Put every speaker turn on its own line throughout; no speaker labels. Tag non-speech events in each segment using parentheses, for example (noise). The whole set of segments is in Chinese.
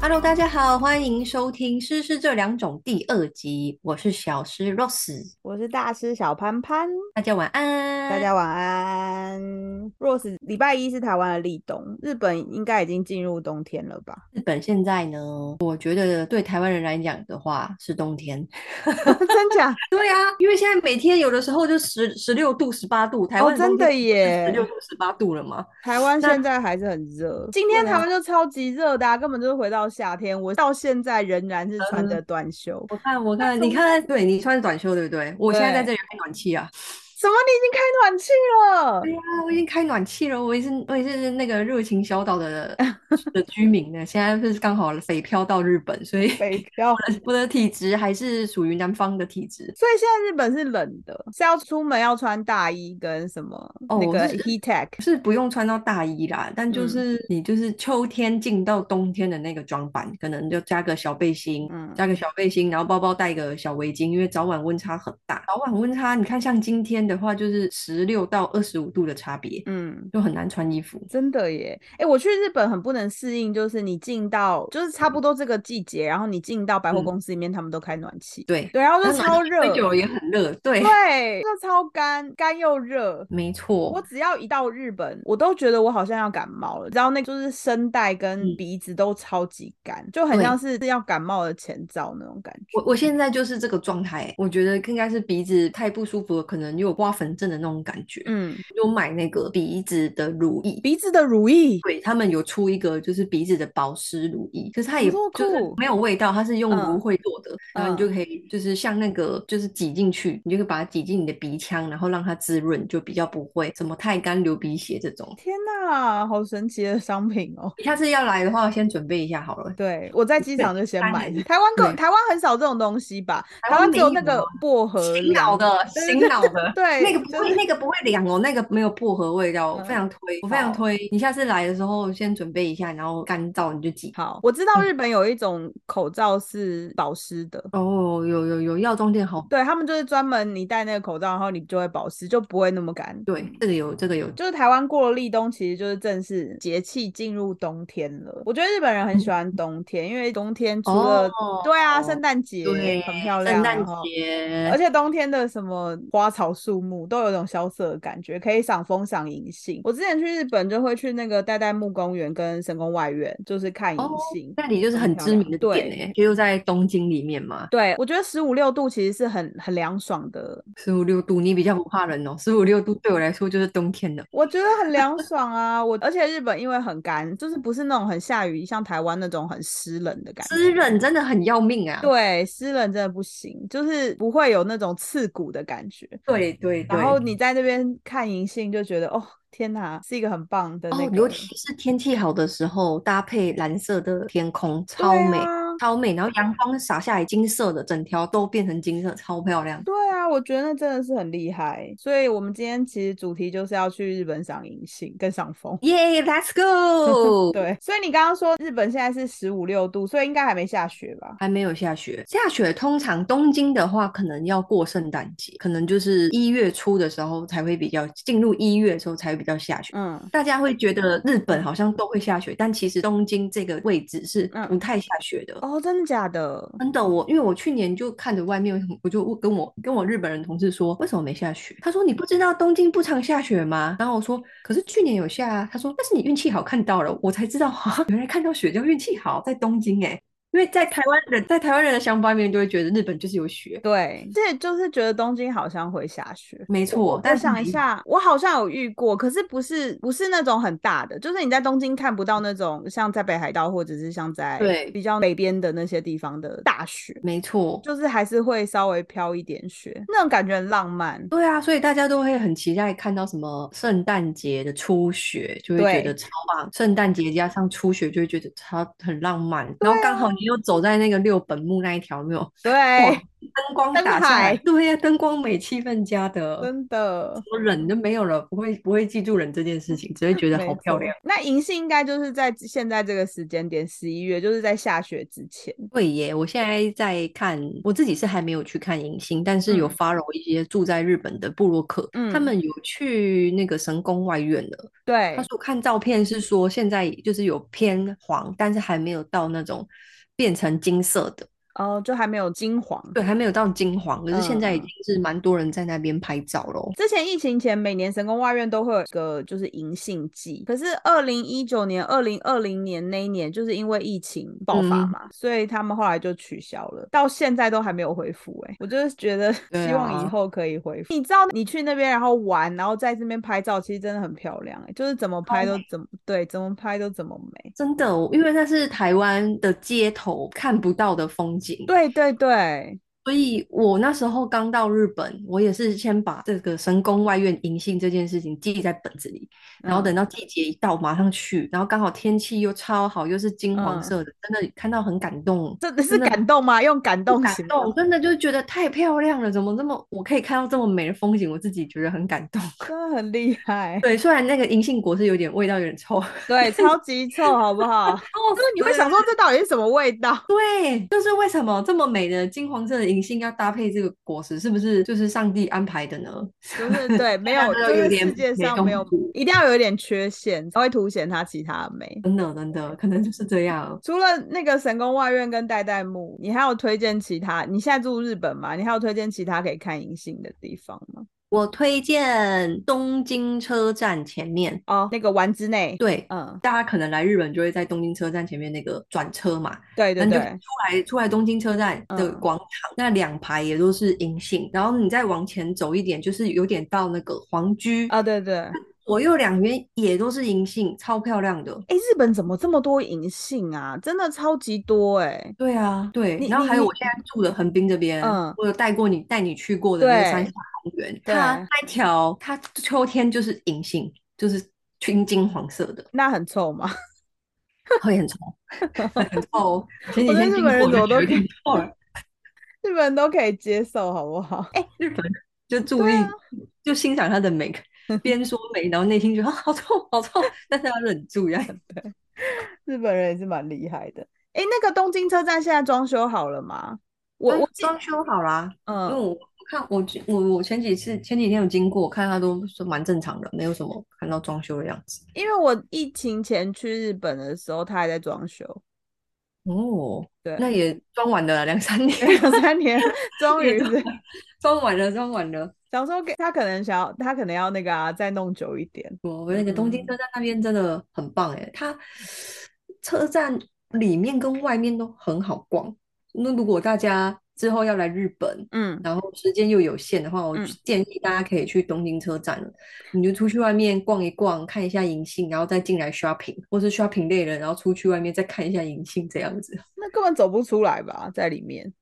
Hello，大家好，欢迎收听《诗诗这两种》第二集，我是小诗 Rose，
我是大师小潘潘，
大家晚安。
大家晚安。Rose，礼拜一是台湾的立冬，日本应该已经进入冬天了吧？ (laughs)
日本现在呢，我觉得对台湾人来讲的话是冬天。
真假？
对啊，因为现在每天有的时候就十十六度、十八度，台
哦，
湾
真的
十
耶
六！度、十八度了嘛。
台湾
那
现在还是很热，今天
对啊
台湾就超级热的、啊，根本就是回到夏天。我到现在仍然是穿
嗯
着短袖。
我看，我看，你看，对你穿短袖对不对？我现在在这
对
里开暖气啊。
什么？你已经开暖气了？
对呀、啊我已经开暖气了，我也是，我也是那个热情小岛的的居民呢。现在不是刚好北漂到日本，所以
北漂。
我的体质还是属于南方的体质。
所以现在日本是冷的，是要出门要穿大衣跟什么、
哦
那个
是
heat tech。
是不用穿到大衣啦，但就
嗯
是你就是秋天进到冬天的那个装扮，可能就加个小背心，
嗯
加个小背心，然后包包带个小围巾，因为早晚温差很大。早晚温差，你看像今天的话，就是十六到二十五度的差别，
嗯，
就很难穿衣服。
真的耶！哎、我去日本很不能适应，就是你进到就是差不多这个季节，然后你进到百货
嗯
公司里面，他们都开暖气，
对，
对，然后就
但暖
超
气
热
吹，久了也很热，对，
对，就超干，干又热。
没
我
错，
只要一到日本，我都觉得我好像要感冒了，然后那就是声带跟
嗯
鼻子都超级干，就很
对
像是要感冒的前兆那种感觉。
我我现在就是这个状态，我觉得应该是鼻子太不舒服了，可能有花粉症的那种感觉，
嗯，
就买那个鼻子的乳液。
鼻子的乳液，
对他们有出一个就是鼻子的保湿乳液，可是它也
哦这么
就是
酷
没有味道，它是用
嗯
芦荟做的，然后你
嗯
就可以就是像那个就是挤进去，你就可以把它挤进你的鼻腔，然后让它滋润，就比较不会什么太干流鼻血这种。
天哪，好神奇的商品哦！
你下次要来的话，先准备一下好了。
对，我在机
对
场就先
当
买
然。
台湾
对
更台湾很少这种东西吧？
台
台
湾
湾只有
没
那
有
个
啊
薄荷
醒脑
凉，
的，
对对
醒脑的，
(laughs) 对
那个不
就
会，
是
那个不会凉哦，那个没有薄荷味道，我非
嗯
常推，我非常
好
推。你下次来的时候先准备一下，然后干燥你就挤。
好，我知道
嗯
日本有一种口罩是保湿的，
哦，有有有，药妆店好，
对他们就是专门你戴那个口罩，然后你就会保湿，就不会那么干。
对，
嗯
这个有，这个有，
就是台湾过了立冬，其实就是正式节气进入冬天了。我觉得日本人很喜
嗯，
欢冬天，因为冬天除了对啊，圣
哦，
诞节
对，
很漂
圣
亮，然
诞
后而
节，
且冬天的什么花草树木都有一种萧瑟的感觉，可以赏枫赏银杏。我之前去日本就会去那个代代木公园跟神宫外苑，就是看
哦，
银杏，
那里就是
很
很
漂
知
亮。
名的点诶，
对
就在东京里面嘛，
对，我觉得十五六度其实是很很凉爽的，
十五六度，你比较不怕冷哦，十五六度对我来说就是冬天了。
我觉得很凉爽啊。我而且日本因为很干，就是不是那种很下雨，像台湾那种很湿冷的感
湿
觉。
冷真的很要命啊！
对，湿冷真的不行，就是不会有那种刺骨的感觉。
对对
然后
对，
你在那边看银杏，就觉得哦，天哪，是一个很棒的那
哦，尤
个。
其是天气好的时候，搭配蓝色的天空，超
对
美
啊，
超美。然后阳光洒下来，金色的，整条都变成金色，超漂亮。
对啊，我觉得那真的是很厉害。所以我们今天其实主题就是要去日本赏银杏跟赏枫。 (laughs)
耶、l e t s go！
对，所以你刚刚说日本现在是十五六度，所以应该还没下雪吧？
(laughs) 还没有下雪，下雪通常东京的话，可能要过圣诞节，可能就是一月初的时候才会比较，进入一月的时候才会比较下雪。
嗯
大家会觉得日本好像都会下雪，但其实东京这个位置是不
嗯，
太下雪的。
哦，真的假的？
真的，我因为我去年就看着外面，我就跟我跟我日本人同事说，为什么没下雪？他说你不知道东京不常下雪吗？然后我说，可是去年有下啊。他说，但是你运气好看到了，我才知道啊，原来看到雪叫运气好，在东京哎、因为在台湾人在台湾人的想法里面就会觉得日本就是有雪，
对，这就是觉得东京好像会下雪。
没
我我
错，
我
但是
想一
没有
下，我好像有遇过，可是不是不是那种很大的，就是你在东京看不到那种像在北海道或者是像在
对，
比较北边的那些地方的大雪，
没错。
就是还是会稍微飘一点雪，那种感觉很浪漫。
对啊，所以大家都会很期待看到什么圣诞节的初雪，就会觉得
对
超棒。圣诞节加上初雪，就会觉得超很浪漫。
对
然后刚
啊，
好你又走在那个六本木那一条，有没有？哇，
对，
灯光
灯
打下来，
海
对呀、灯光美，气氛佳的。
真的。
说冷都没有了，不会不会记住冷这件事情，只会觉得好
没
漂
错
亮。。
那银杏应该就是在现在这个时间点，十一月，就是在下雪之前。
对耶，我现在在看，我自己是还没有去看银星，但是有
嗯
follow 一些住在日本的部落客，他
嗯
们有去那个神宫外院了。
对
他，说看照片是说现在就是有偏黄，但是还没有到那种变成金色的，
哦，就还没有金黄。
对，还没有到金黄，可是现在已
嗯嗯
经是蛮多人在那边拍照喽。
之前疫情前，每年神宫外苑都会有一个就是银杏季，可是二零一九年、二零二零年那一年，就是因为疫情爆发
嗯
嘛，所以他们后来就取消了，到现在都还没有恢复。哎，我就是觉得
对
(laughs) 希望以
啊
后可以恢复。你知道，你去那边然后玩，然后在这边拍照，其实真的很漂亮。哎，就是怎么拍都怎么对，怎么拍都怎么美。
真的，因为那是台湾的街头看不到的风景，
对对对，
所以我那时候刚到日本，我也是先把这个神宫外苑银杏这件事情记在本子里，然后等
嗯
到季节一到马上去，然后刚好天气又超好，又是金黄
嗯
色的，真的看到很感动。
真的是
真的
感动吗？用感
不
动
感
形容
动，。真的就觉得太漂亮了，怎么这么我可以看到这么美的风景，我自己觉得很感动。 (laughs)
真的很厉害，
对，虽然那个银杏果是有点味道有点臭，哦，
对，超级臭，好不 (laughs) 好？就是你会想说这到底是什么味道？
对，就是为什么这么美的金黄色的银杏要搭配这个果实，是不是就是上帝安排的呢？
就是对，
(laughs)
没
大
有，
家
就
都有
是
点
世界
美
上
中
没
不
有
足，
一定要有一点缺陷，才会凸显它其他的美。
真的真的，可能就是这样。
除了那个神宫外苑跟代代木，你还有推荐其他？你现在住日本嘛？你还有推荐其他可以看银杏的地方吗？
我推荐东京车站前面，
哦，那个丸之内，
对，呃
嗯，
大家可能来日本就会在东京车站前面那个转车嘛，
对
那
对
你嗯就
对，
出来出来东京车站的
嗯
广场，那两排也都是银杏，然后你再往前走一点，就是有点到那个皇居，
啊对对，
嗯
哎、
左右两边也都是银杏，超漂亮的。
日本怎么这么多银杏啊？真的超级多哎、
对啊，对，
你
然后
你
还有
你
我现在住的横滨这边，
嗯
我有带过你带你去过的那个三
对
峡公园，它
对
那条它秋天就是银杏，就是青金黄色的，
那很臭吗？ (laughs)
会很臭， (laughs) 很臭。哦 (laughs) 前
我
几
觉得
天
日
经
本人
过
怎
就
么
觉
都
得
可
更
以
臭了。
日本人都可以接受，好不好？ (laughs) 哎、
日本人就注
对
意
啊，
就欣赏它的美，边说美，然后内心觉得啊好臭好臭，但是要忍住
(laughs)
呀。
日本人也是蛮厉害的。哎、那个东京车站现在装修好了吗？我
嗯
我记，
装修好啦，因为
嗯，
我我看我去我我前几次前几天有经过，我看它都是蛮正常的，没有什么看到装修的样子。
因为我疫情前去日本的时候，它还在装修，
哦，那
对，
也装晚了啊两三年，
两三
(laughs)
年终
也
于
装
是
装晚了，装晚了。
想说给他可能想要，他可能要那个啊，再弄久一点。
我们那个东京
嗯，
车站那边真的很棒诶，它车站里面跟外面都很好逛。那如果大家之后要来日本，
嗯
然后时间又有限的话，我
嗯，
建议大家可以去东京车站了，你就出去外面逛一逛，看一下银杏，然后再进来 shopping，或是 shopping 累了，然后出去外面再看一下银杏这样子。
那根本走不出来吧，在里面。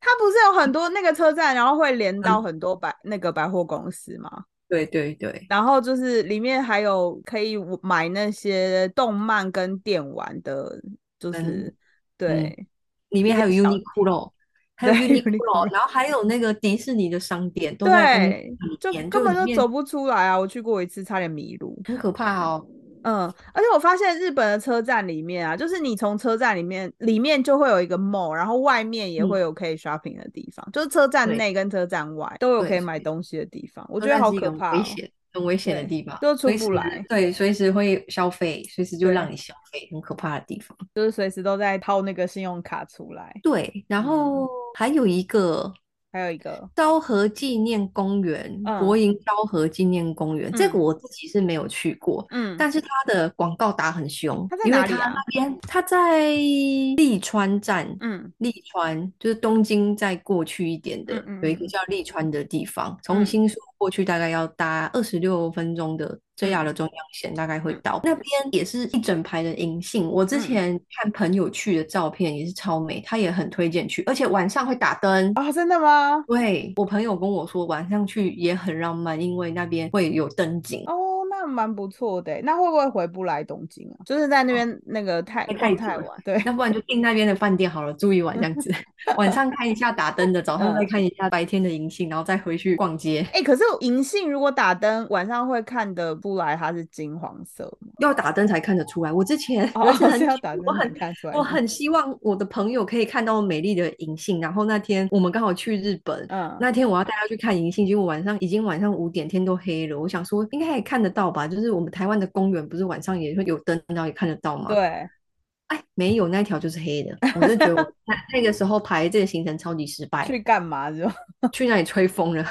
它不是有很多那个车站，然后会连到
嗯，
很多百那个百货公司吗？
对对对，
然后就是里面还有可以我买那些动漫跟电玩的，就
嗯
是
嗯。
对
里
一
面
个
还有
小
Uniqlo，还
对
有 Uniqlo，
Uniqlo，
然后还有那个迪士尼的商店都在东京
对，
里
就
面，
根
就
本
里
就
面
走不出来啊！我去过一次，差点迷路。
很可怕哦。
嗯，而且我发现日本的车站里面啊，就是你从车站里面里面就会有一个 mall，然后外面也会
嗯，
有可以 shopping 的地方，就是车站
对
内跟车站外都有可
对，
以
所
买
以
东西的地方，我
车
觉得
站
好
是一个
可
很
怕
危
哦。
险、很危险的
对，
地方，
就出
随时
不来，
对，随时会消费，随时就让
对，
你消费，很可怕的地方。
就是随时都在掏那个信用卡出来。
对，然
嗯。
后还有一个
还有一个，
昭和纪念公园，国
嗯
营昭和纪念公园，这个
嗯
我自己是没有去过，
嗯，
但是它的广告打很凶，
它在
因为它
哪里
那
啊？
边它在利川站，
嗯
利川就是东京再过去一点
嗯
的，有一个
嗯
叫利川的地方，从
嗯
新宿过去大概要搭二十六分钟的 JR
嗯
的中央线，大概会
嗯
到。那边也是一整排的银杏，我之
嗯，
前看朋友去的照片也是超美，他也很推荐去，而且晚上会打灯。
啊、真的吗？
对，我朋友跟我说，晚上去也很浪漫，因为那边会有灯景。
哦，那样蛮不错的欸。那会不会回不来东京啊？就是在那
哦
边那个太
太
太
久
太
了
晚，对，
要不然就订那边的饭店好了，住一晚这样
(laughs)
子。晚上看一下打灯的，早上
嗯
再看一下白天的银杏，然后再回去逛街。
哎、可是银杏如果打灯，晚上会看得出来它是金黄色吗？
要打灯才看得出来。 (laughs) 我之前
哦 (laughs)
有一次，很
是要
气
打灯
我
才
很
看出来
我
吗
很希望我的朋友可以看到美丽的银杏。然后那天我们刚好去日本，
嗯，
那天我要带他去看银杏，结果晚上已经晚上五点，天都黑了。我想说应该也看得到吧，就是我们台湾的公园不是晚上也会有灯，然后也看得到吗？，
对，
哎，没有那一条就是黑的。我就觉得我那那个时候排这个行程超级失败，
去干嘛 (laughs) 是吧？
去那里吹风
(laughs)
了，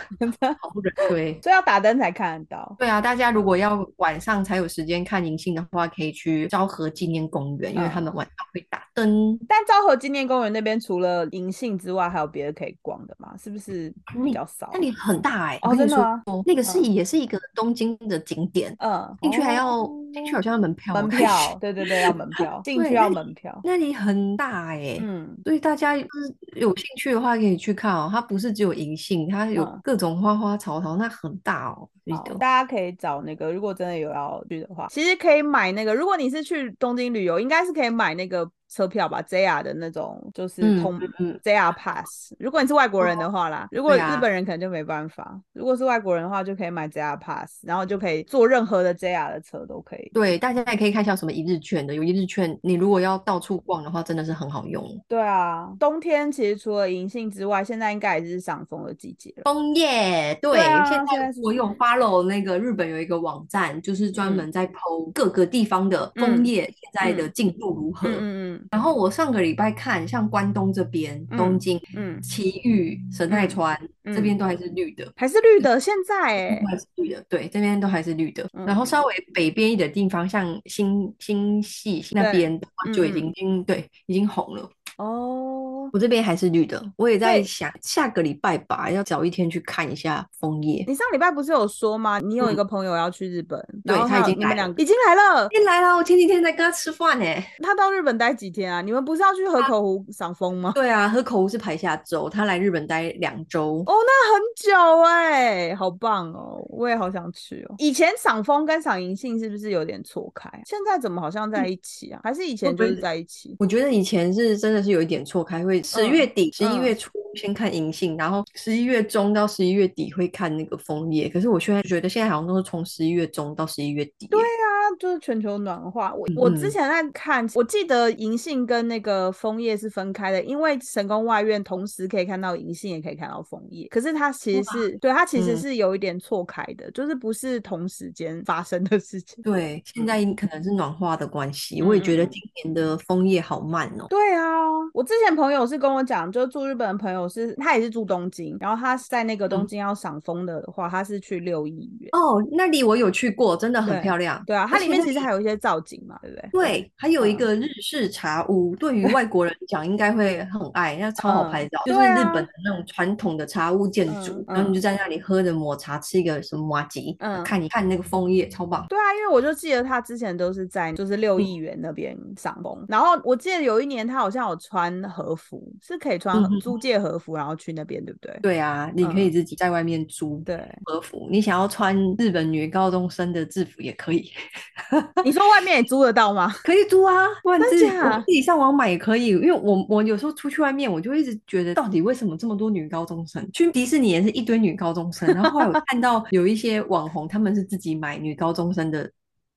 好不忍对。
所以要打灯才看得到。
对啊，大家如果要晚上才有时间看银杏的话，可以去昭和纪念公园，因为他
嗯
们晚上会打灯。
但昭和纪念公园那边除了银杏之外，还有别的可以逛的吗？是不是比
你
较少？
啊那里很大哎、
哦
我跟
真
你
的
说
吗，
那个是也是一个东京的景点，
嗯，
进去还要
哦
进去好像要门票，
门
我看一下
票，对对对，要门
(laughs)
票，进
对
去要
那里
门票。
(laughs) 那里很大哎、
嗯，
所以大家就是有兴趣的话，可以去看哦。它不是只有银杏，它有
嗯
各种花花草草，那很大哦，记
好，
得。
大家可以找那个，如果真的有要去的话，其实可以买那个。如果你是去东京旅游，应该是可以买那个车票吧，JR 的那种，就是
嗯
通
嗯嗯，
JR Pass。如果你是外国人的话啦，如果
对
日
啊
本人可能就没办法。如果是外国人的话，就可以买 JR Pass，然后就可以坐任何的 JR 的车都可以。
对，大家也可以看一下有什么一日券的，有一日券，你如果要到处逛的话，真的是很好用。
对啊，冬天其实除了银杏之外，现在应该也是赏枫的季节了。
枫叶，哎对，
对啊
现
现在
在
是
我有 follow 那个日本有一个网站，就是专
嗯
门在 PO 各个地方的枫
嗯
叶现在的
嗯
进度如何。
嗯嗯
然后我上个礼拜看，像关东这边，
嗯
东京、
嗯
埼玉、神奈
嗯
川这
嗯
边都还是绿的。
还是绿
嗯
的，现在哎、
都还是绿的，对，这边都还是绿的。然后
嗯
稍微北边一点的地方，像新新系那
对
边的话，就已
嗯嗯
经已经对已经红了。
哦，
我这边还是绿的，我也在
对
想下个礼拜吧，要找一天去看一下枫叶。
你上礼拜不是有说吗？你有一
嗯
个朋友要去日本，
对
然后
他
还
已
有
经
你们
来
两
了
个已经来了。
天来啦！我前几天在跟他吃饭呢、
他到日本待几天啊？你们不是要去河口湖赏枫吗？
对啊，河口湖是排下周，他来日本待两周。
哦，那 (laughs) 很 (laughs) 久哎、好棒哦！我也好想去哦。以前赏枫跟赏银杏是不是有点错开？现在怎么好像在一起啊？还是以前
不
就
会
是
是
在一起？
我觉得以前是真的是有一点错开，会十
嗯
月底、十一
嗯
月初先看银杏，然后十一月中到十一月底会看那个枫叶。可是我现在觉得现在好像都是从十一月中到十一月底耶。
对啊，就是全球暖化。我我之
嗯
前在看，我记得银杏跟那个枫叶是分开的，因为神宫外苑同时可以看到银杏，也可以看到枫叶。可是它其实是对它其实
嗯
是有一点错开的，就是不是同时间发生的事情。
对，现在可能是暖化的关系，
嗯
我也觉得
嗯嗯
今年的枫叶好慢哦。
对啊，我之前朋友是跟我讲，就住日本的朋友是，他也是住东京，然后他是在那个东
嗯
京要赏枫的话，他是去六邑园。
哦，那里我有去过，真的很
对
漂亮。
对啊，它
而
里
且
面
那
其实
里
还有一些造景嘛，对不对？
对，还有一
嗯
个日式茶屋，对于外国人讲应该会很爱，那超好拍
嗯
照，就
对
是日
啊
本的那种传统的茶屋建
嗯
筑，然后你
嗯
就在那里喝着抹茶，吃一个什么麻吉，
嗯
看一看那个枫叶，超棒。
对啊，因为我就记得他之前都是在就是六
嗯
亿元那边上工，然后我记得有一年他好像有穿和服，是可以穿
嗯
和
哼
租借和服，然后去那边，对不对？
对啊，你可以
嗯
自己在外面租
对，
和服，你想要穿日本女高中生的制服也可以，
你说外面也租得到吗？ (laughs)
可以租啊，不然
真
自己我
假
自己上网买也可以。因为我我有时候出去外面，我就一直觉得到底为什么这么多女高中生？去迪士尼也是一堆女高中生，然后后来我看到有一些网红，他们是自己买女高中生的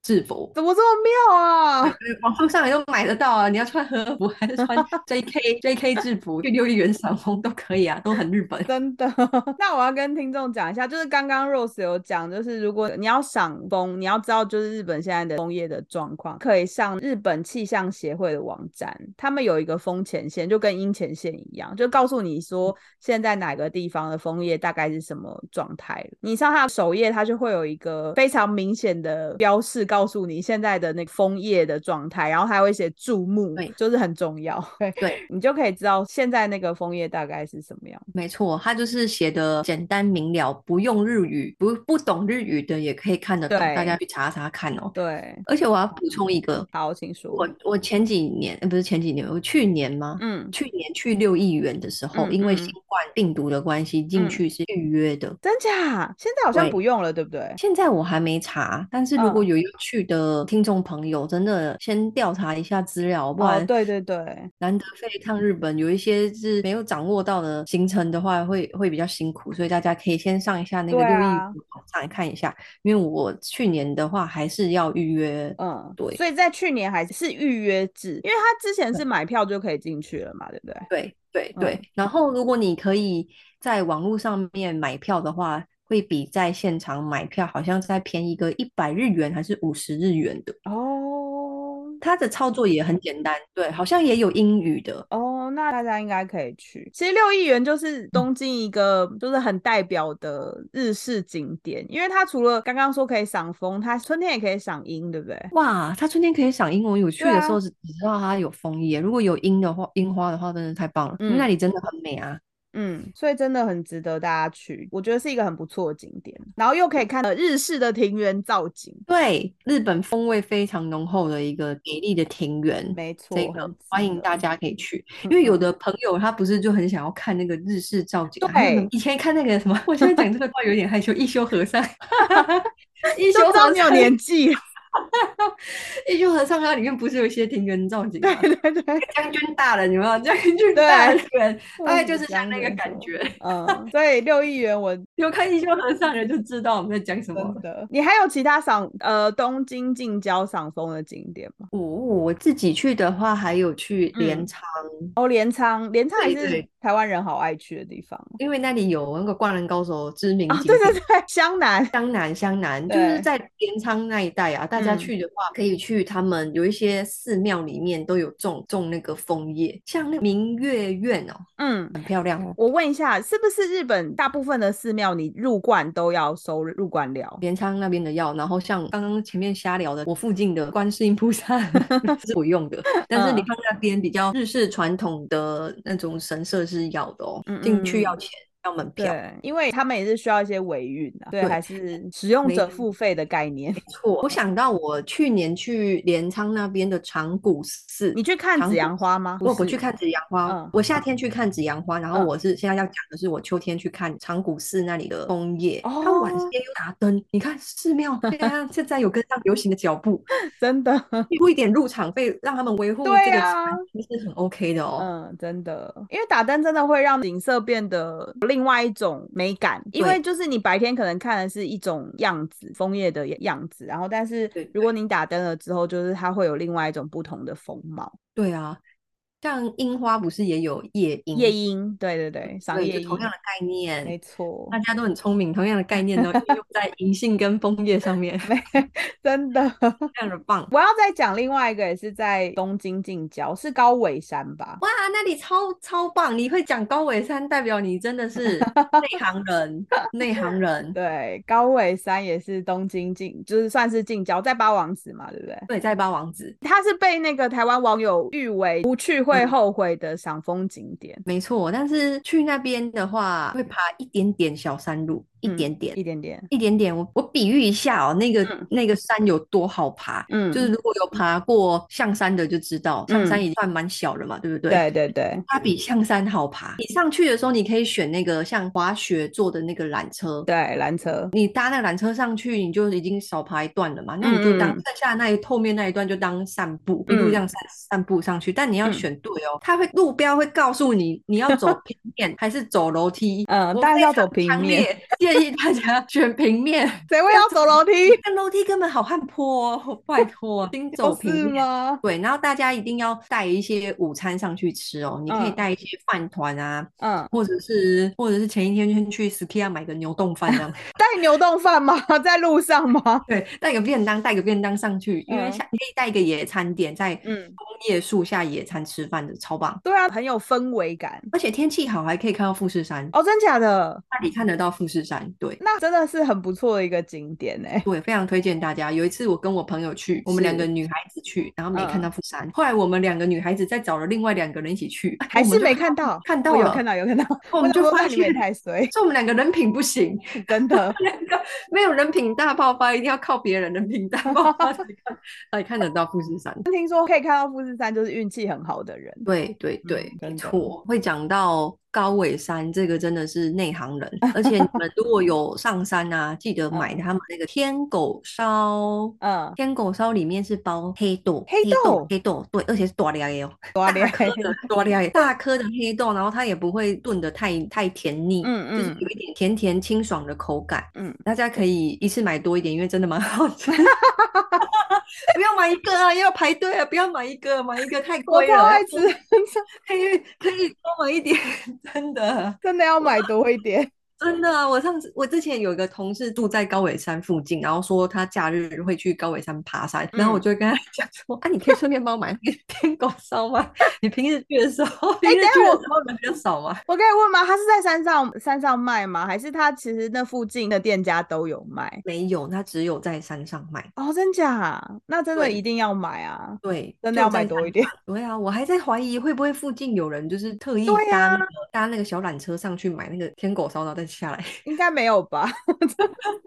制服，
怎么这么妙啊？
网络上也都买得到啊。你要穿和服还是 (laughs) 穿 JK JK 制服，去六一元赏枫都可以啊，都很日本。
真的， (laughs) 那我要跟听众讲一下，就是刚刚 Rose 有讲，就是如果你要赏枫，你要知道就是日本现在的枫叶的状况，可以上日本气象协会的网站，他们有一个风前线，就跟阴前线一样，就告诉你说现在哪个地方的枫叶大概是什么状态。你上它的首页，它就会有一个非常明显的标示告诉你现在的那个枫叶的状态，然后还会写注目
对，
就是很重要。对，
对，
(laughs) 你就可以知道现在那个枫叶大概是什么样。
没错，它就是写的简单明了，不用日语，不不懂日语的也可以看得懂，
对
大家去查查看哦。
对，
而且我要补充一个，
好，请说。
我我前几年，呃，不是前几年，我去年吗？
嗯，
去年去六亿元的时候，
嗯
因为
嗯
新冠病毒的关系，进
嗯
去是预约的。
真假？现在好像
对
不用了，对不对？
现在我还没查，但是如果
嗯
有要去的听众朋友，真的先调查一下资料，不
哦，
然
对对对，
难得飞一趟日本，有一些是没有掌握到的行程的话，会会比较辛苦，所以大家可以先上一下那个
对
六一
啊
网站看一下，因为我去年的话还是要预约，
嗯，
对
所以在去年还是预约制，因为他之前是买票就可以进去了嘛，对不对？
对对
嗯
对，然后如果你可以在网络上面买票的话，会比在现场买票好像再便宜个一百日元还是五十日元的。
哦
它的操作也很简单，对，好像也有英语的，
哦，那大家应该可以去。其实六亿元
嗯
就是东京一个就是很代表的日式景点，因为它除了刚刚说可以赏枫，它春天也可以赏樱，对不对？
哇，它春天可以赏樱，我哦有去的时候
啊
是只知道它有枫叶，如果有樱的话，樱花的话，真的太棒了，因为那
嗯
里真的很美啊。
嗯，所以真的很值得大家去，我觉得是一个很不错的景点，然后又可以看到日式的庭园造景，
对，日本风味非常浓厚的一个美丽的庭园，
没
这
错，
个
很
欢
值
迎
得
大家可以去，
嗯
因为有
嗯
的朋友他不是就很想要看那个日式造景啊，那个
对
以前看那个什么，我现在讲这个话有点害羞，一休和
(laughs)
尚，一
就
休
嗯知道
和
你有
尚，
年纪了，
一休和尚它里面不是有一些庭园造景吗？
对对对。
将军大人有没有？将军大
(laughs)
人，大概就是像
像
那个感觉。
(laughs) 嗯，所以六亿元我
有看《一休和尚》的就知道我们在讲什么
真
了。
的，你还有其他赏呃东京近郊赏枫的景点吗？
我、哦我自己去的话，还有去镰
嗯
仓，
哦，镰仓，镰仓也
对
是
对
台湾人好爱去的地方
因为那里有那个《灌篮高手》知名
啊、
景
对对
点。
对，湘南，
湘南，湘南就是
对
在镰仓那一带啊。大家
嗯
去的话，可以去他们有一些寺庙里面都有种种那个枫叶，像那个明月院哦，
嗯。
很漂亮哦。
我问一下，是不是日本大部分的寺庙你入观都要收入观料？
镰仓那边的药，然后像刚刚前面瞎聊的，我附近的观世音菩萨 (laughs) 是我用
(laughs)
的，但是你
嗯
看那边比较日式传统的那种神社是要的哦
嗯，
进去要
嗯
钱，要门票，
对，因为他们也是需要一些维运啊，对，
对
还是使用
没
者付费的概念。
错。我想到我去年去镰仓那边的长谷寺，
你去看
长
紫
谷
阳花吗？
我
不
我
是
去看紫阳花，
嗯
我夏天去看紫阳花，然后
嗯
我是现在要讲的是我秋天去看长谷寺那里的枫叶，它晚
哦
间有打灯，你看寺
(laughs)
庙现在现在有跟上流行的脚步，
真 (laughs) 的，
维护一点入场费，让他们维护
嗯对
这个
啊
场地是很 OK 的哦。
嗯，真的，因为打灯真的会让景色变得另外一种美感，因为
对
就是你白天可能看的是一种样子，枫叶的样子，然后但是
对
如果你打灯了之后，就是它会有另外一种不同的风貌。
对啊，像樱花不是也有夜樱？
夜莺，对对对，赏
嗯对，
夜
就同
莺，
样的概
没
念，
错，
大家都很聪明，同样的概念呢运用在银杏跟枫叶上面， (laughs) 非
真的。 (laughs)
常的棒。
我要再讲另外一个，也是在东京近郊，是高尾山吧？
哇，那里超超棒！你会讲高尾山，代表你真的是内
(laughs)
行人，内行人。
对，高尾山也是东京近，就是算是近郊，在八王子嘛，对不对？
对，在八王子，
它是被那个台湾网友誉为不去会
嗯
后悔的赏枫景点，
没错。但是去那边的话，会爬一点点小山路，一
嗯
点点，
一点点，
一点点，我我比喻一下哦，那个、
嗯
那个山有多好爬，
嗯，
就是如果有爬过象山的就知道，象山
嗯
已经算蛮小了嘛，对不对？
对对对，
它比象山好爬。你上去的时候，你可以选那个像滑雪坐的那个缆车，
对，缆车，
你搭那个缆车上去，你就已经少爬一段了嘛，那你就当
嗯嗯
剩下那一后面那一段就当散步，一路这样散散步上去。但你要
嗯
选对哦，它会路标会告诉你你要走平面还是走楼梯。
嗯，
我
当然
非
要走
常
平
强
面，
烈 (laughs) 建议大家选平面，
谁会要走
(laughs)
楼梯？
那楼梯根本好汉坡哦， (laughs) 拜
(laughs)
托，先走
不
平
是啊
面。
吗？
对，然后大家一定要带一些午餐上去吃哦，你可以
嗯
带一些饭团啊，
嗯，
或者是或者是前一天先去 Skia 买个牛冻饭这样。
但带牛冻饭吗？ (laughs) 在路上吗？
对，带个便当，带个便当上去，因为
嗯
像你可以带一个野餐垫，在枫
嗯，
叶树下野餐吃饭的，超棒。
(laughs) 对啊，很有氛围感。
而且天气好还可以看到富士山，
哦，真假的？
那里看得到富士山，对。
那真的是很不错的一个景点哎、
对，非常推荐大家。有一次我跟我朋友去，我们两个
是
女孩子去，然后没看
嗯
到富士山。后来我们两个女孩子再找了另外两个人一起去，哎
啊还
(laughs) 我们
是
就
没看到，哦
看到
我有
了
看到有
(laughs)
看到，
我们就
想说
发
那你们也
现
太衰，
所以我们两个人品不行，
(laughs) 真的。 (laughs)
没有人品大爆发，一定要靠别人人品大爆发 (laughs) 才看，才看得到富士山。
听说可以看到富士山，就是运气很好的人。
对对
嗯
对，没
真的
错。会讲到高尾山，这个真的是内行人，而且你们如果有上山啊，记
(laughs)
得买他们那个天狗烧。
嗯，
天狗烧里面是包黑豆，
黑豆
豆，黑豆，对，而且是大粒的哦，
多啊厉
大
害
颗！的，大粒的，大颗的黑豆，然后它也不会炖的太太甜腻，
嗯
就是
嗯
有一点甜甜清爽的口感。
嗯，
大家可以一次买多一点，因为真的蛮好吃。
(laughs)
不要买一个啊，要排队啊！不要买一个，买一个太
我
贵
超
了。
爱吃，
可以可以多买一点， (laughs) 真的
真的要买多一点。 (laughs)
真的啊。我上次我之前有一个同事住在高尾山附近，然后说他假日会去高尾山爬山，然后我
嗯
就跟他讲说：“ (laughs) 啊，你可以顺便帮我买那个 (laughs) 天狗烧吗？你平时去的时候，平
哎
时
等一下
去的
我
时候人比较少吗？”
我可以问吗？他是在山上山上卖吗？还是他其实那附近的店家都有卖？
没有，他只有在山上卖。
哦，真假？那真的
对
一定要买啊！
对，
真的
就
要买
在
多
山
一点。
对啊，我还在怀疑会不会附近有人就是特意
对
搭那
啊
个、搭那个小缆车上去买那个天狗烧，然后再下来， (laughs)
应该没有吧？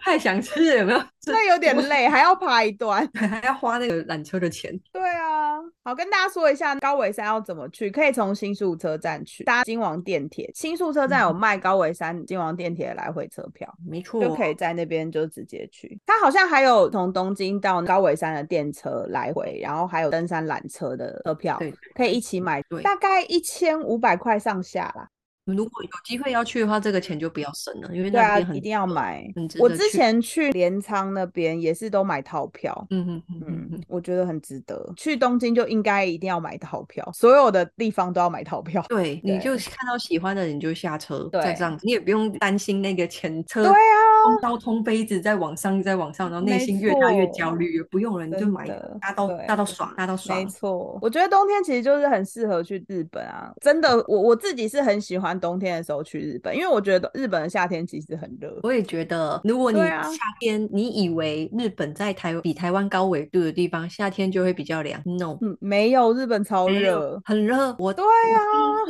太想吃了有没 (laughs) 有？这
那有点累，还要爬一段。 (laughs)
还要花那个缆车的钱。
对啊，好，跟大家说一下高尾山要怎么去，可以从新宿车站去，搭金王电铁。新宿车站有
嗯
卖高尾山金王电铁的来回车票。
没错，
就可以在那边就直接去。它好像还有从东京到高尾山的电车来回，然后还有登山缆车的车票，
对，
可以一起买，
对
大概一千五百块上下啦。
如果有机会要去的话，这个钱就不要省了，因为
对
那
啊，
边很
一定要买。
很值
我
得
之
去。
前去镰仓那边也是都买套票。
嗯嗯嗯嗯
嗯
嗯，，
我觉得很值得。去东京就应该一定要买套票，所有的地方都要买套票。 (laughs)
对，你就
对
看到喜欢的你就下车，再
对
这样子，你也不用担心那个前车
对啊，
通刀通杯子在往上再往上，然后内
没
心越大越焦
错
虑，不用了，你就
真
买
的
大到
对
大到爽，大到爽
没。错，我觉得冬天其实就是很适合去日本啊！真的，我我自己是很喜欢冬天的时候去日本，因为我觉得日本的夏天其实很热。
我也觉得，如果你
对啊
夏天你以为日本在台比台湾高纬度的地方，夏天就会比较凉，no，
嗯，没有日本超
没有
热，
很热。我
对
我第一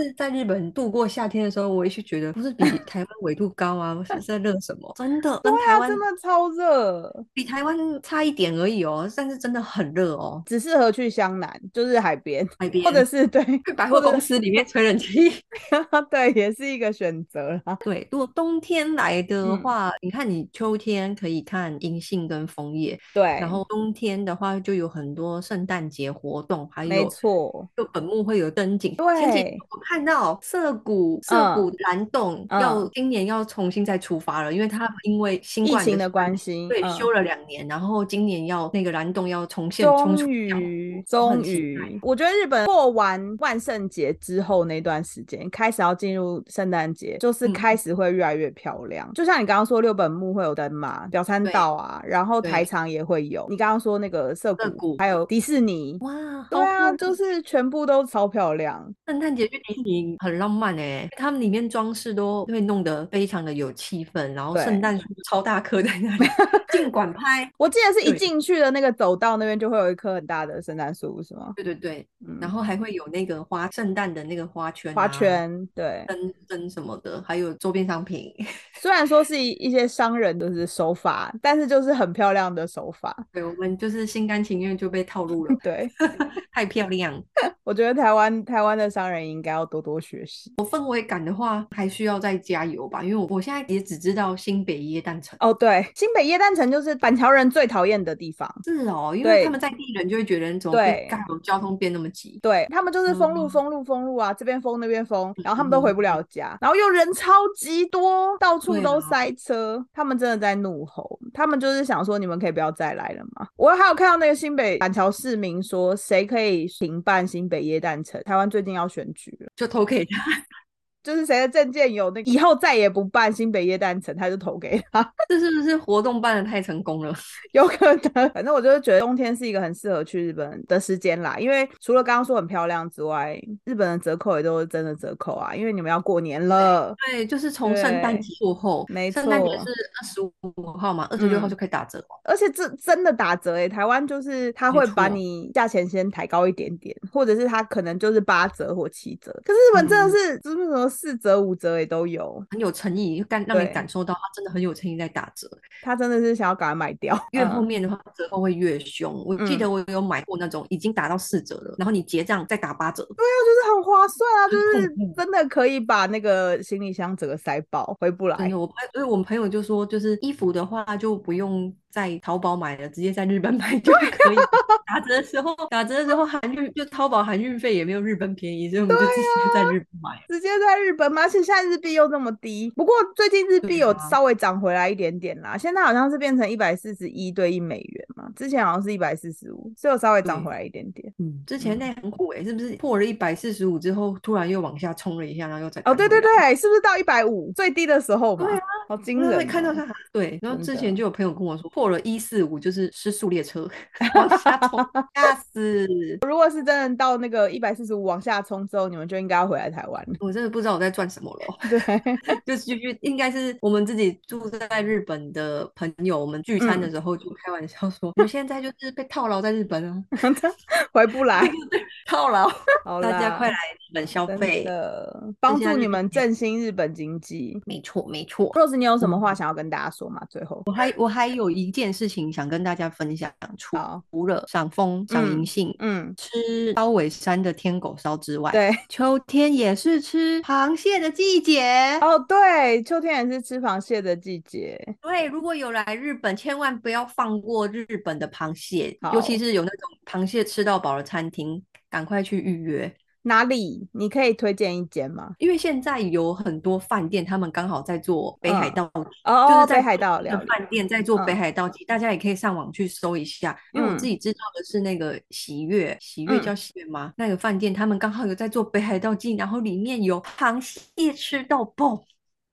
次在日本度过夏天的时候，我也是觉得不是
(laughs)
比台湾纬度高啊，我是在热什么？真的跟
对
台
啊，
湾
真的超热，
比台湾差一点而已哦，但是真的很热哦。
只适合去湘南，就是海边，
海边
或者是对 (laughs)
去百货公，司里面吹冷气。 (laughs) 啊
或者对，也是一个选择啦。
对，如果冬天来的
嗯
话，你看你秋天可以看银杏跟枫叶，
对，
然后冬天的话就有很多圣诞节活动，还
没
有
错，
就本木会有灯景。前几
对
天我看到涩谷涩
嗯
谷蓝洞
嗯
要今年要重新再出发了，因为他们因为新
疫
冠
情的关
系。
系，
对，
嗯
休了两年，然后今年要那个蓝洞要重现冲出
终
这样
于，
我很
终
期待
于，我觉得日本过完万圣节之后那段时间，开始要进入圣诞节，就是
嗯
开始会越来越漂亮。就像你刚刚说，六本木会有灯嘛，表参
对
道啊，然后台
对
场也会有。你刚刚说那个涩
涩
谷，
谷哦嗯
还有迪士尼，
哇，好
对啊，
酷！
就是全部都超漂亮。
圣诞节去迪士尼很浪漫哎、他们里面装饰都会弄得非常的有气氛，然后
对
圣诞树超大棵在那
(laughs)
里，尽管拍。
我记得是一
对
进去的那个走道那边就会有一棵很大的圣诞树，是吗？
对对对，
嗯，
然后还会有那个花圣诞的那个花圈、啊、
花圈，对，
灯灯什么的，还有周边商品。
虽然说是一一些商人就是手法，但是就是很漂亮的手法。，
对，我们就是心甘情愿就被套路了 (laughs)
(laughs) 对，
太漂亮。
我觉得台湾台湾的商人应该要多多学习。
有氛围感的话，还需要再加油吧，因为我我现在也只知道新北耶诞城。
哦，对，新北耶诞城就是板桥人最讨厌的地方。
是哦，因
对
为他们在地人就会觉得你怎么
对
会盖楼交通变那么急？
对他们就是封路
嗯
封路封路啊，这边封那边封，然后他们都
嗯
回不了家，然后又人超级多，到处
对
都
啊
塞车，他们真的在怒吼，他们就是想说你们可以不要再来了嘛。我还有看到那个新北板桥市民说，谁可以停办新北耶诞城？台湾最近要选举了。
就投给他。 (laughs)
就是谁的证件有那个，以后再也不办新北夜诞城，他就投给他。
这是不是活动办的太成功了？ (laughs)
有可能， (laughs) 反正我就是觉得冬天是一个很适合去日本的时间啦，因为除了刚刚说很漂亮之外，日本的折扣也都是真的折扣啊，因为你们要过年了。
对，就是从圣诞节过后，
没
圣诞节
错
是二十五号嘛，二十六号
嗯
就可以打折哦。
而且这真的打折诶、欸台湾就是他
没
会把
错
你价钱先抬高一点点，或者是他可能就是八折或七折，可是日本真的
嗯
是就是什么四折五折也都有，
很有诚意，感让你
对嗯
感受到它真的很有诚意在打折。
他真的是想要赶快买掉。
越后
嗯
面的话，折扣会越凶。我记
嗯
得我有买过那种已经打到四折了，然后你结账再打八折，
就是很划算
(laughs)
啊，就
很
是
恐怖
真的可以把那个行李箱整个塞爆，回不
真
来。
的，我朋因为我们朋友就说，就是衣服的话就不用在淘宝买了，直接在日本 (laughs) 买就可
啊
以了。打折的时候，打折的时候含运就淘宝含运费也没有日本便宜，所以我们就直
啊
接在日本买。
直接在日本吗？而且现在日币又那么低，不过最近日币
对
有
啊
稍微涨回来一点点啦，现在好像是变成一百四十一对一美元嘛，之前好像是一百四十五，所以有稍微涨
对
回来一点点。
嗯，之前那很苦哎、是不是破了一百四十五之后，突然又往下冲了一下，然后又再
哦，对
弹
对
回来。
对，是不是到一百五最低的时候嘛？
啊对啊
好惊
那
人、
会看到
哦
它，对，然后
真
之
的
前就有朋友跟我说，破了一四五就是失速列车 (laughs) 往下冲，吓死！
如果是真的到那个一百四十五往下冲之后，你们就应该要回来台湾了。
我真的不知道我在赚什么了。
对， (laughs)
就是就是应该是我们自己住在日本的朋友，我们聚餐的
嗯
时候就开玩笑说，我 (laughs) 们现在就是被套牢在日本啊， (laughs)
回不来。
套牢，
好啦，
大家快来日本消
真
费。
的帮
现在
助你
日本
们
经
振兴日本经济。
没错，没错。
Rose，你有什么话
嗯
想要跟大家说吗？最后，
我还我还有一件事情想跟大家分享，除
好，
除了赏枫、赏银
嗯
杏、
嗯，
吃高尾山的天狗烧之外，
对，
秋天也是吃螃蟹的季节。
(laughs) 哦，对，秋天也是吃螃蟹的季节，
对，如果有来日本，千万不要放过日本的螃蟹，尤其
好
是有那种螃蟹吃到饱的餐厅，赶快去预约，
哪里你可以推荐一间吗？
因为现在有很多饭店，他们刚好在做北海
嗯
道，就
哦，
是
北
在
海道
的
料理，
饭店在做北
嗯
海道鸡，大家也可以上网去搜一下，因为我自
嗯
己知道的是那个喜悦，喜悦叫
嗯
喜悦吗？那个饭店他们刚好有在做北海道鸡，然后里面有螃蟹吃到爆。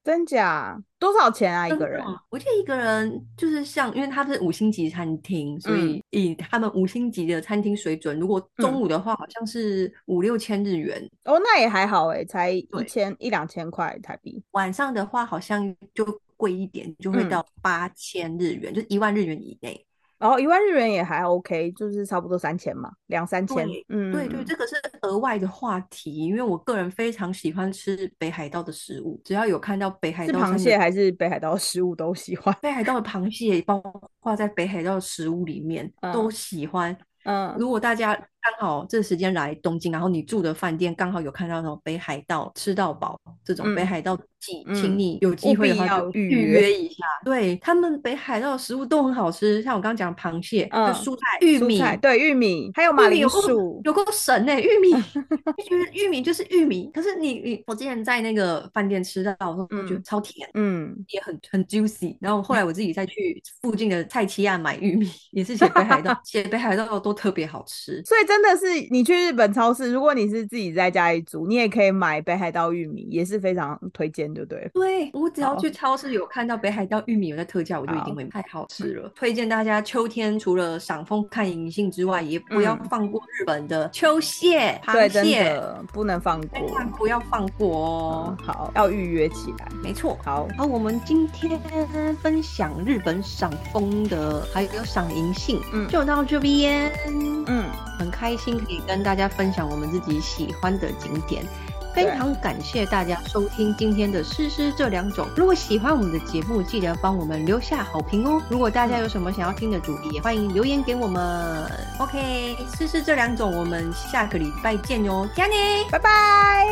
真假？多少钱啊？一
真
个
的哦
人？，
我记得一个人就是像，因为他是五星级餐厅，所
嗯
以以他们五星级的餐厅水准，如果
嗯
中午的话，好像是五六千日元，
哦，那也还好诶，才一
对
千一两千块台币。
晚上的话好像就贵一点，就会
嗯
到八千日元，就一万日元以内。
然后一万日元也还 OK，就是差不多三千嘛，两三千。
对
嗯，
对对，这个是额外的话题，因为我个人非常喜欢吃北海道的食物，只要有看到北海
是
道
螃
三
蟹
个。
还是北海道 (laughs) 食物都喜欢？
北海道的螃蟹，包括在北海道的食物里面都
嗯
喜欢。
嗯，
如果大家刚好这时间来东京，然后你住的饭店刚好有看到那种北海道吃到饱这种北
嗯
海道季，
嗯
请你有
务
机会的
必
话就
要预
预
约
约一下。对，他们北海道的食物都很好吃，像我刚刚讲螃蟹，就
嗯
蔬菜、玉
蔬
米。
菜对玉米，还有马
玉米有
铃
够
薯。
有够神呢、玉
(laughs)
米就觉得玉米就是玉米，可是你你我之前在那个饭店吃到，我都觉得
嗯
超甜，
嗯，
也很很 juicy。然后后来我自己再去附近的菜七亚买玉米，也是写北海
(laughs)
道，写北海道都特别好吃。
所以真的是你去日本超市，如果你是自己在家里煮，你也可以买北海道玉米，也是非常推荐，就对了。
对，我只要
好
去超市有看到北海道玉米有在特价，我就一定
好
会买，太好吃了。推荐大家秋天除了赏枫看银杏之外，也不要
嗯
放过日本的秋蟹、螃
对，真
蟹，啊
的不能放
千
过。
万不要放过
嗯
哦。，
好，要预约起来。
没错。
好，
好，我们今天分享日本赏枫的，还有赏银杏，
嗯
就到这边。
嗯，
很开心可以跟大家分享我们自己喜欢的景点。非
对
常感谢大家收听今天的《诗诗这两种》。如果喜欢我们的节目，记得帮我们留下好评哦。如果大家有什么想要听的主题，也欢迎留言给我们。OK，《诗诗这两种》，我们下个礼拜见哦，加呢。
拜拜。